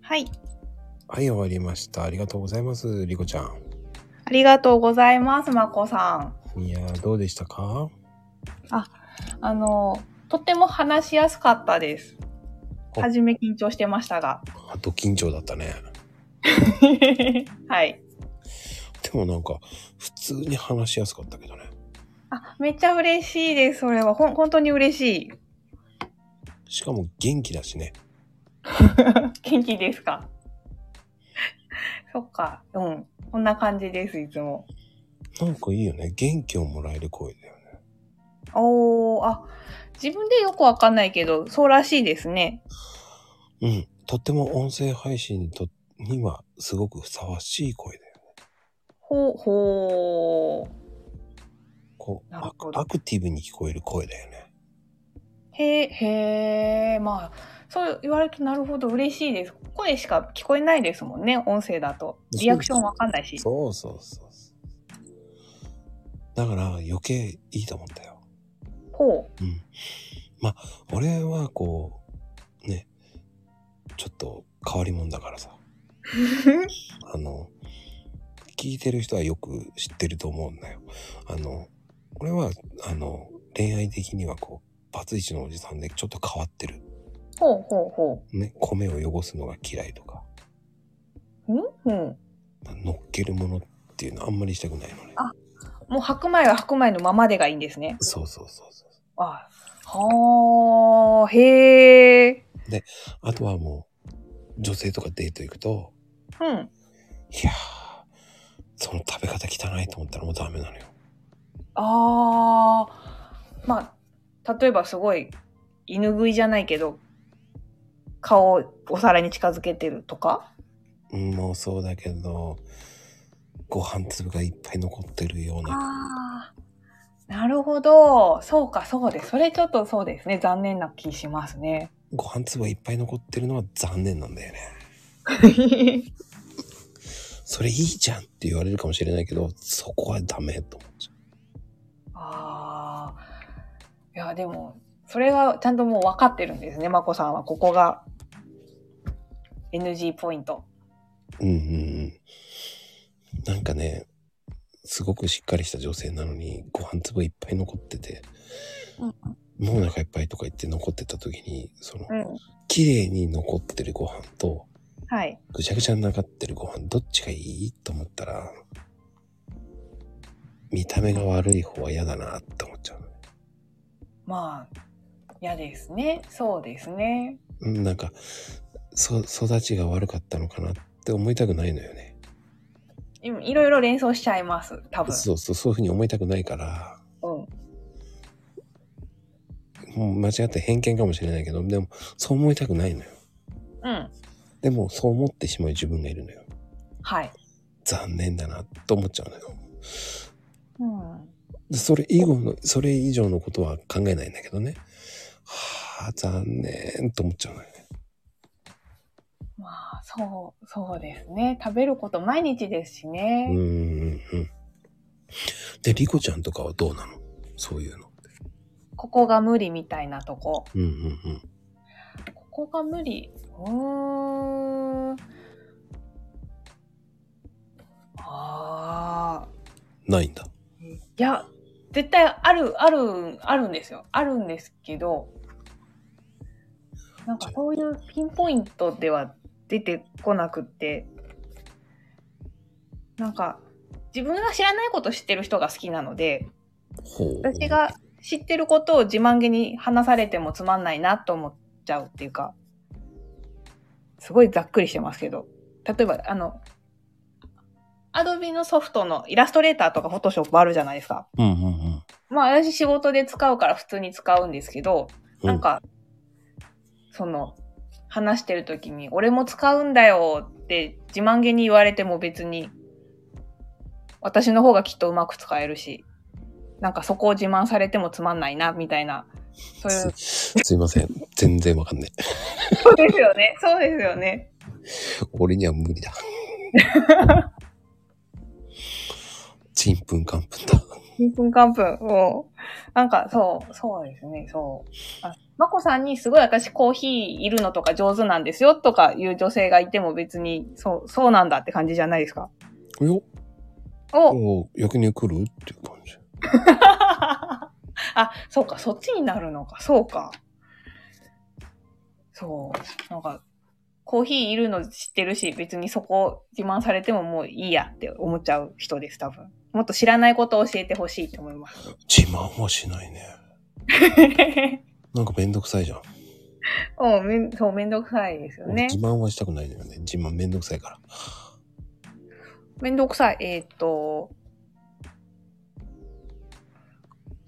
はい。はい、終わりました。ありがとうございます、リコちゃありがとうございます、まこさん。ん。いやー、どうでしたかあの、とっても話しやすかったです。おはじめ緊張してましたが。あと緊張だったね。はい。でもなんか、普通に話しやすかったけどね。あ、めっちゃ嬉しいです、それは。ほん、本当に嬉しい。しかも元気だしね。元気ですかそっか、うん。こんな感じです、いつも。なんかいいよね。元気をもらえる声だよね。おー、あ、自分でよくわかんないけど、そうらしいですね。うん。とっても音声配信にと、にはすごくふさわしい声だよ。ほう、ほう。こう、なるアほクどアクティブに聞こえる声だよね。へえ、へえ、まあ、そう言われるとなるほど嬉しいです。声しか聞こえないですもんね、音声だと。リアクションわかんないし。そうそうそうそう。だから余計いいと思ったよ。ほ う。俺はこう、ね、ちょっと変わり者だからさ。あの、聞いてる人はよく知ってると思うんだよ。あの、俺は、あの、恋愛的にはこう、バツイチのおじさんでちょっと変わってる。ほうほうほね、米を汚すのが嫌いとか、う。んうん。乗っけるものっていうのあんまりしたくないのね。もう白米は白米のままでがいいんですね。そうそうそうそう。あはー、へえ。あとはもう、女性とかデート行くと、うん。いやー、その食べ方汚いと思ったらもうダメなのよ。あー。まあ、例えばすごい、犬食いじゃないけど、顔をお皿に近づけてるとかうんもうそうだけど、ご飯粒がいっぱい残ってるような。ああ、なるほど。そうか、そうです。それちょっとそうですね。残念な気します ね。ご飯粒がいっぱい残ってるのは残念なんだよね。それいいじゃんって言われるかもしれないけど、そこはダメと思っちゃああ。いや、でも、それがちゃんともう分かってるんですね。まこさんは、ここが NG ポイント。う。うんうんうん。なんかね、すごくしっかりした女性なのに、ご飯粒がいっぱい残ってて、うんもうお腹いっぱいとか言って残ってた時に、その、うん。綺麗に残ってるご飯と、はい。ぐちゃぐちゃになかってるご飯、どっちがいいと思ったら、見た目が悪い方は嫌だなって思っちゃうの。まあ、嫌ですね。そうですね。うんなんか、そ、育ちが悪かったのかなって思いたくないのよね。今いろいろ連想しちゃいます。多分。そうそう、そういうふうに思いたくないから、うん。もう間違って偏見かもしれないけど、でも、そう思いたくないのよ。うん。でも、そう思ってしまう自分がいるのよ。はい。残念だなと思っちゃうのよ。うん。でそれ以後の、それ以上のことは考えないんだけどね。はあ、残念と思っちゃうのよ。まあ、そう、そうですね。食べること毎日ですしね。うんうんうん。で、リコちゃんとかはどうなのそういうの。ここが無理みたいなとこ。うんうんうん。ここが無理。うーん。ああ。ないんだ。いや、絶対ある、ある、あるんですよ。あるんですけど、なんかそういうピンポイントでは出てこなくって、なんか自分が知らないこと知ってる人が好きなので、ほう。私。が知ってることを自慢げに話されてもつまんないなと思っちゃうっていうか、すごいざっくりしてますけど、例えば、あの、アドビのソフトのイラストレーターとかフォトショップあるじゃないですか。うんうんうん。まあ私仕事で使うから普通に使うんですけど、なんか、その、話してる時に、俺も使うんだよって自慢げに言われても別に、私の方がきっとうまく使えるし、なんかそこを自慢されてもつまんないな、みたいな、そういう、すすいません。全然わかんない。そうですよね、そうですよね。俺には無理だ。ちんぷんかんぷんだ。ちんぷんかんぷん。もう、なんか、そう、そうですね、そう。あ、まこさんにすごい私コーヒーいるのとか上手なんですよとかいう女性がいても別に、そう、そうなんだって感じじゃないですか。よおおう焼肉来るっていう感じ。 あ、そうか、そっちになるのか、そうか。そう、なんか、コーヒーいるの知ってるし、別にそこ自慢されてももういいやって思っちゃう人です、多分。もっと知らないことを教えてほしいと思います。自慢はしないね。なんかめんどくさいじゃん。もうめん、そう、めんどくさいですよね自。慢はしたくないのよね。自慢めんどくさいから。めんどくさい。えーっ、と、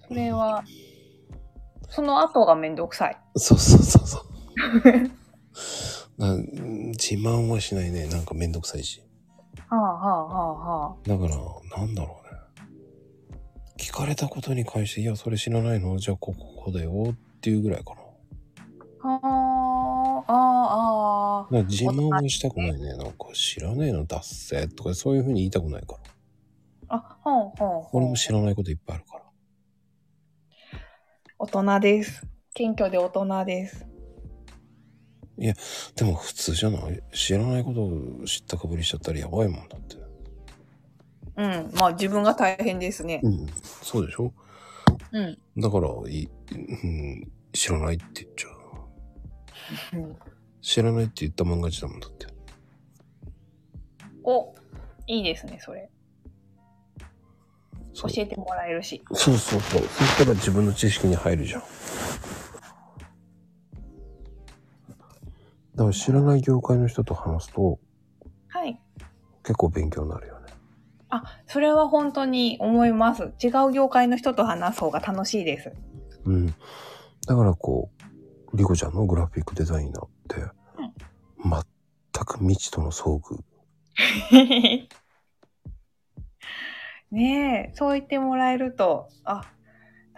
それは、その後がめんどくさい。そうそうそ うそう。な自慢はしないね。なんかめんどくさいし。はあはあはあはあ。だから、なんだろうね。聞かれたことに関して、いや、それ知らないのじゃあ、ここ、こうだよ。っていうぐらいかな。だかはあ、ああ、ああ。ら自慢はしたくないね。なんか、知らねえの出せ。とか、そういうふうに言いたくないから。あ、ほんほんほ俺んも。知らないこといっぱいあるから。大人です。謙虚で大人です。でも、普通じゃない知らないことを知ったかぶりしちゃったらやばいもんだって。うん。まあ自分が大変ですね。うん。そうでしょうん。だから、い、うん、知らないって言っちゃう。うん知らないって言ったもん勝ちだもんだって。お、いいですね、それ。そ教えうてもらえるし。そうそうそう。そしたら自分の知識に入るじゃん。だから知らない業界の人と話すとはい。結構勉強になるよね。あ、それは本当に思います。違う業界の人と話す方が楽しいです。うん。だからこう、リコちゃんのグラフィックデザイナーって、全く未知との遭遇。 ねえ、そう言ってもらえると、あ、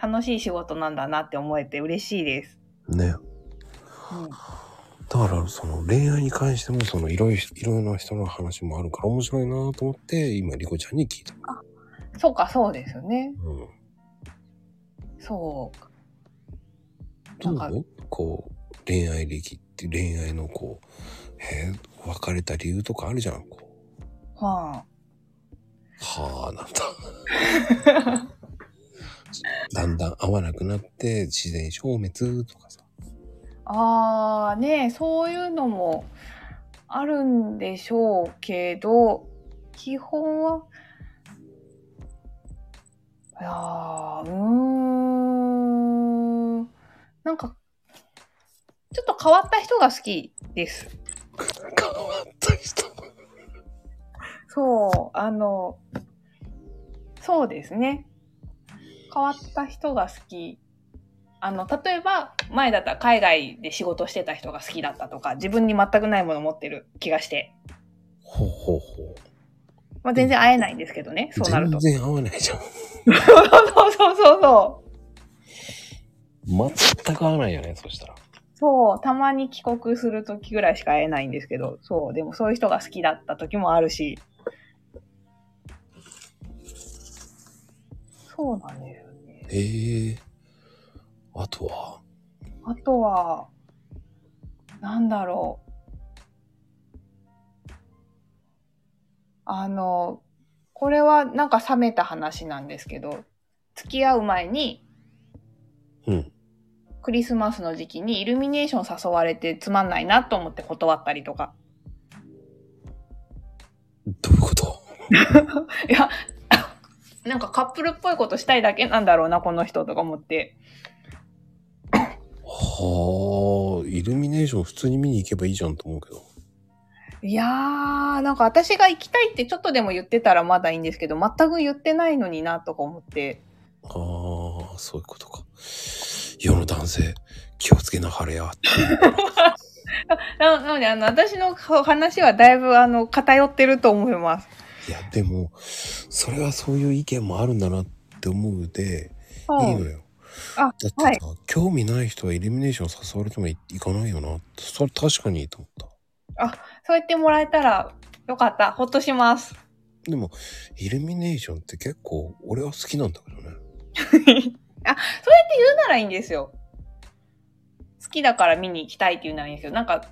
楽しい仕事なんだなって思えて嬉しいです。ね。うん、だからその恋愛に関してもそのいろいろいろな人の話もあるから面白いなと思って今リコちゃんに聞いた。そうか、そうですよね。うん。そうか。どうなん思うこう恋愛歴って恋愛のこうへえ別れた理由とかあるじゃんこうははあなんだ だんだん合わなくなって自然消滅とかさあ、ああ、ねえ、そういうのもあるんでしょうけど、基本は、いやーうーん、なんか、ちょっと変わった人が好きです。変わった人そう、あの、そうですね。変わった人が好き。あの、例えば、前だったら海外で仕事してた人が好きだったとか、自分に全くないもの持ってる気がして。ほうほうほうまあ、全然会えないんですけどね、そうなると全。然合わないじゃんそうそうそうそう。全く合わないよねそしたらそう、たまに帰国するときぐらいしか会えないんですけど、そう、でもそういう人が好きだったときもあるし。そうなんですよね。へえあとはあとは、なんだろう。あの、これはなんか冷めた話なんですけど、付き合う前にうんクリスマスの時期にイルミネーション誘われてつまんないなと思って断ったりとか。どういうこといや、なんかカップルっぽいことしたいだけなんだろうな、この人とか思って。はあイルミネーション普通に見に行けばいいじゃんと思うけどいやー、なんか私が行きたいってちょっとでも言ってたらまだいいんですけど、全く言ってないのになとか思って。ああ、そういうことか。世の男性、気をつけなはれや。ななので、あの、私の話はだいぶ、あの、偏ってると思います。いや、でも、それはそういう意見もあるんだなって思うで、うんいいのよ。だあってさ、はい興味ない人はイルミネーション誘われてもい行かないよなって。それ確かにいいと思った。そう言ってもらえたら、よかった。ほっとします。でも、イルミネーションって結構、俺は好きなんだけどね。ならいいんですよ。好きだから見に行きたいっていうならいいんですけど、なんか、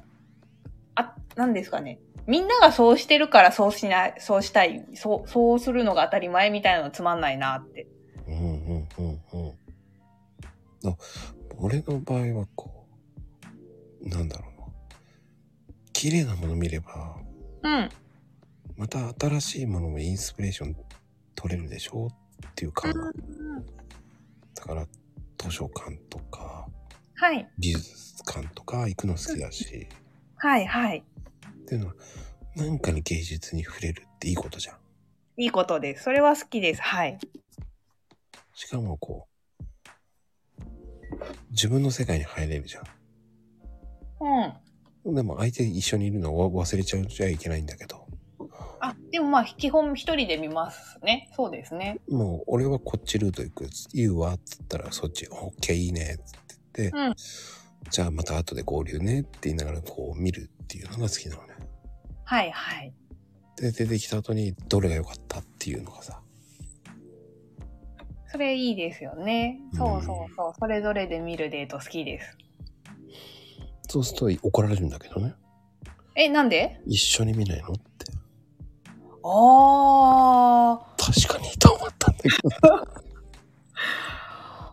あ、なんですかね。みんながそうしてるからそうしない、そうしたい、そう、そうするのが当たり前みたいなのつまんないなって。うんうんうんうん。あ俺の場合はこう、なんだろうな。綺麗なもの見れば、うん。また新しいものもインスピレーション取れるでしょうっていう感が。だから、図書館とか、はい。美術館とか行くの好きだし、はい、はい。っていうのは、なんかに芸術に触れるっていいことじゃん。いいことです。それは好きです。はい。しかもこう、自分の世界に入れるじゃん。うん。でも相手一緒にいるのを忘れちゃうじゃいけないんだけど、あ、でもまあ、基本一人で見ますね。そうですね。もう俺はこっちルート行く、言うわって言ったらそっち、オッケーいいねって言って、うんじゃあまた後で合流ねって言いながらこう見るっていうのが好きなのね。はい、はい。で、出てきた後にどれが良かったっていうのがさ、それいいですよね。そうそうそう。それぞれで見るデート好きです。そうすると怒られるんだけどね。え、なんで一緒に見ないのって。ああ。確かにと思ったんだけど。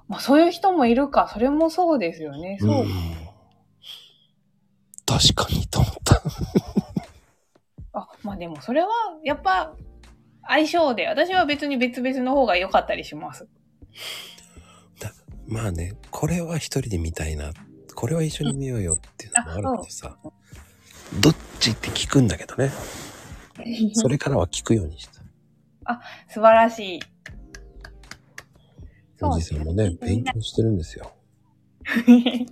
まあ、そういう人もいるか。それもそうですよね。 そう。ん確かにと思った。あ、まあでもそれは、やっぱ、相性で、私は別に別々の方が良かったりします。まあね、これは一人で見たいな。これは一緒に見ようよっていうのもあるけどさ。どっちって聞くんだけどね。それからは聞くようにした。 素晴らしい。おじさんもね、勉強してるんですよ。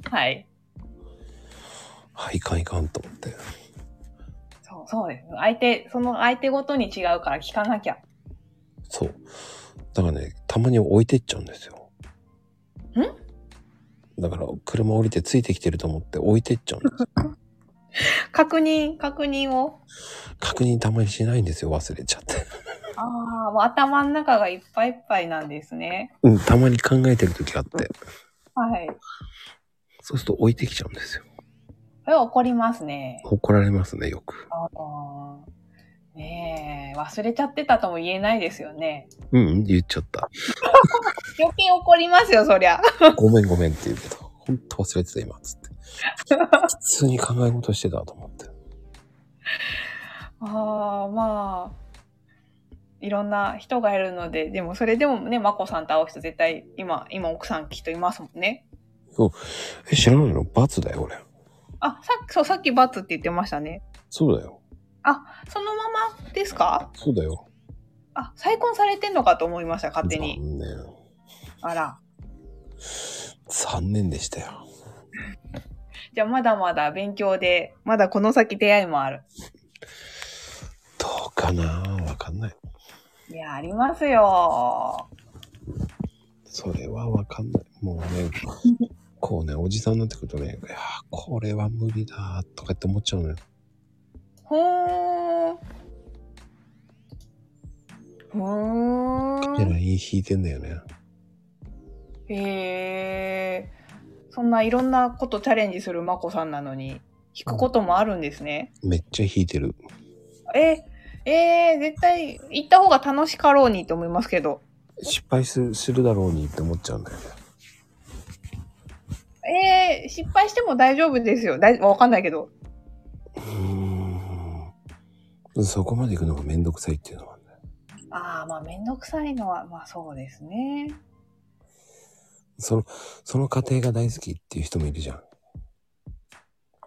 はい。 あ、いかんいかんと思って。そう、そうです。相手、その相手ごとに違うから聞かなきゃ。そう。だからね、たまに置いてっちゃうんですよ。んだから、車降りてついてきてると思って置いてっちゃうんですよ。確認、確認を。確認たまにしないんですよ、忘れちゃって。ああ、もう頭の中がいっぱいいっぱいなんですね。うん、たまに考えてる時があって。はい。そうすると置いてきちゃうんですよ。それは怒りますね。怒られますね、よく。ああ。ねえ、忘れちゃってたとも言えないですよね。うん、うん、言っちゃった。余計怒りますよ、そりゃ。ごめんごめんって言うけど、ほんと忘れてた今、 つって。普通に考え事してたと思って。ああ、まあ、いろんな人がいるので、でもそれでもね、まこさんと会う人絶対今、今奥さんきっといますもんね。え、知らないの罰だよ、俺。あ、さっき、そう、さっきバツって言ってましたね。そうだよ。そのままですかそうだよ。あ、再婚されてんのかと思いました、勝手に。残念。あら。残念でしたよ。じゃあまだまだ勉強で、まだこの先出会いもある。どうかなわかんない。いや、ありますよ。それはわかんない。もう ね、こうね、おじさんになってくるとね、いやー、これは無理だーとかって思っちゃうのよ。ほーん。ほーん。で、ライン引いてんだよね。へえそんないろんなことチャレンジするまこさんなのに、弾くこともあるんですね。めっちゃ引いてる。え、えー、絶対行った方が楽しかろうにと思いますけど。失敗するするだろうにって思っちゃうんだよね。えー、失敗しても大丈夫ですよ。大わかんないけど。うーんそこまで行くのがめんどくさいっていうのはね。ああ、まあめんどくさいのは、まあそうですね。その、その過程が大好きっていう人もいるじゃん。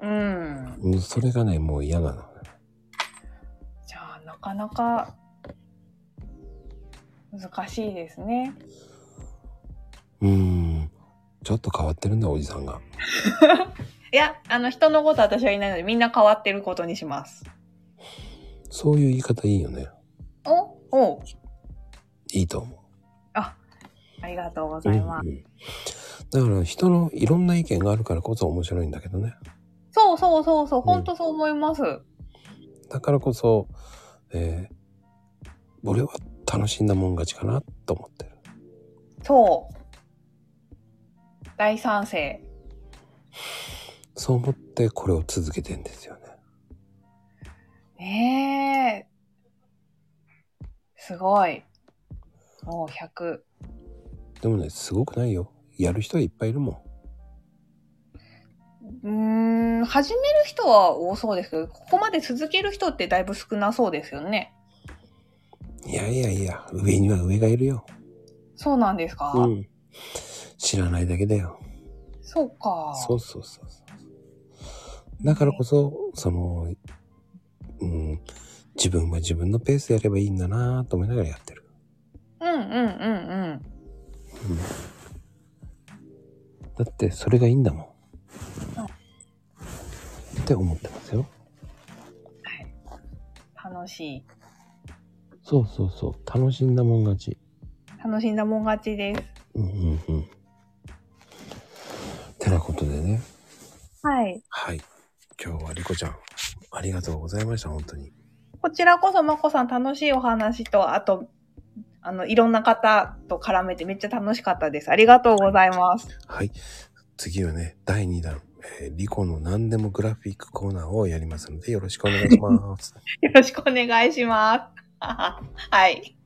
うん。うんそれがね、もう嫌なのね。じゃあ、なかなか、難しいですね。うーん。ちょっと変わってるんだ、おじさんが。いや、あの、人のこと私はいないので、みんな変わってることにします。そういう言い方いいよね。おおういいと思ありがとうごう。ざいます。うんうんだから人のいろんな意見があるからこそ面白いんだけどね。そうそうそうそう、本当そう思います。だからこそ、えー俺は楽しんだもん勝ちかなと思ってる。そう。大賛成。そう思ってこれを続けてんですよね。ねえ。すごい。もう100。でもね、すごくないよ。やる人はいっぱいいるもん。うーん、始める人は多そうですけど、ここまで続ける人ってだいぶ少なそうですよね。いやいやいや、上には上がいるよ。そうなんですか、うん。知らないだけだよ。そうか。そうそうそうそう。だからこそ、その、うん、自分は自分のペースでやればいいんだなぁと思いながらやってる。うんうんうんうん。だってそれがいいんだもん。はって思ってますよ。楽しい。そうそうそう。楽しんだもん勝ち。楽しんだもん勝ちです。うんうんうん。てなことでね。はい。はい。今日はリコちゃん、ありがとうございました、本当に。こちらこそまこさん楽しいお話と、あと、あの、いろんな方と絡めてめっちゃ楽しかったです。ありがとうございます。はい。次はね、第2弾、えーリコの何でもグラフィックコーナーをやりますので、よろしくお願いします。 よろしくお願いします。はい。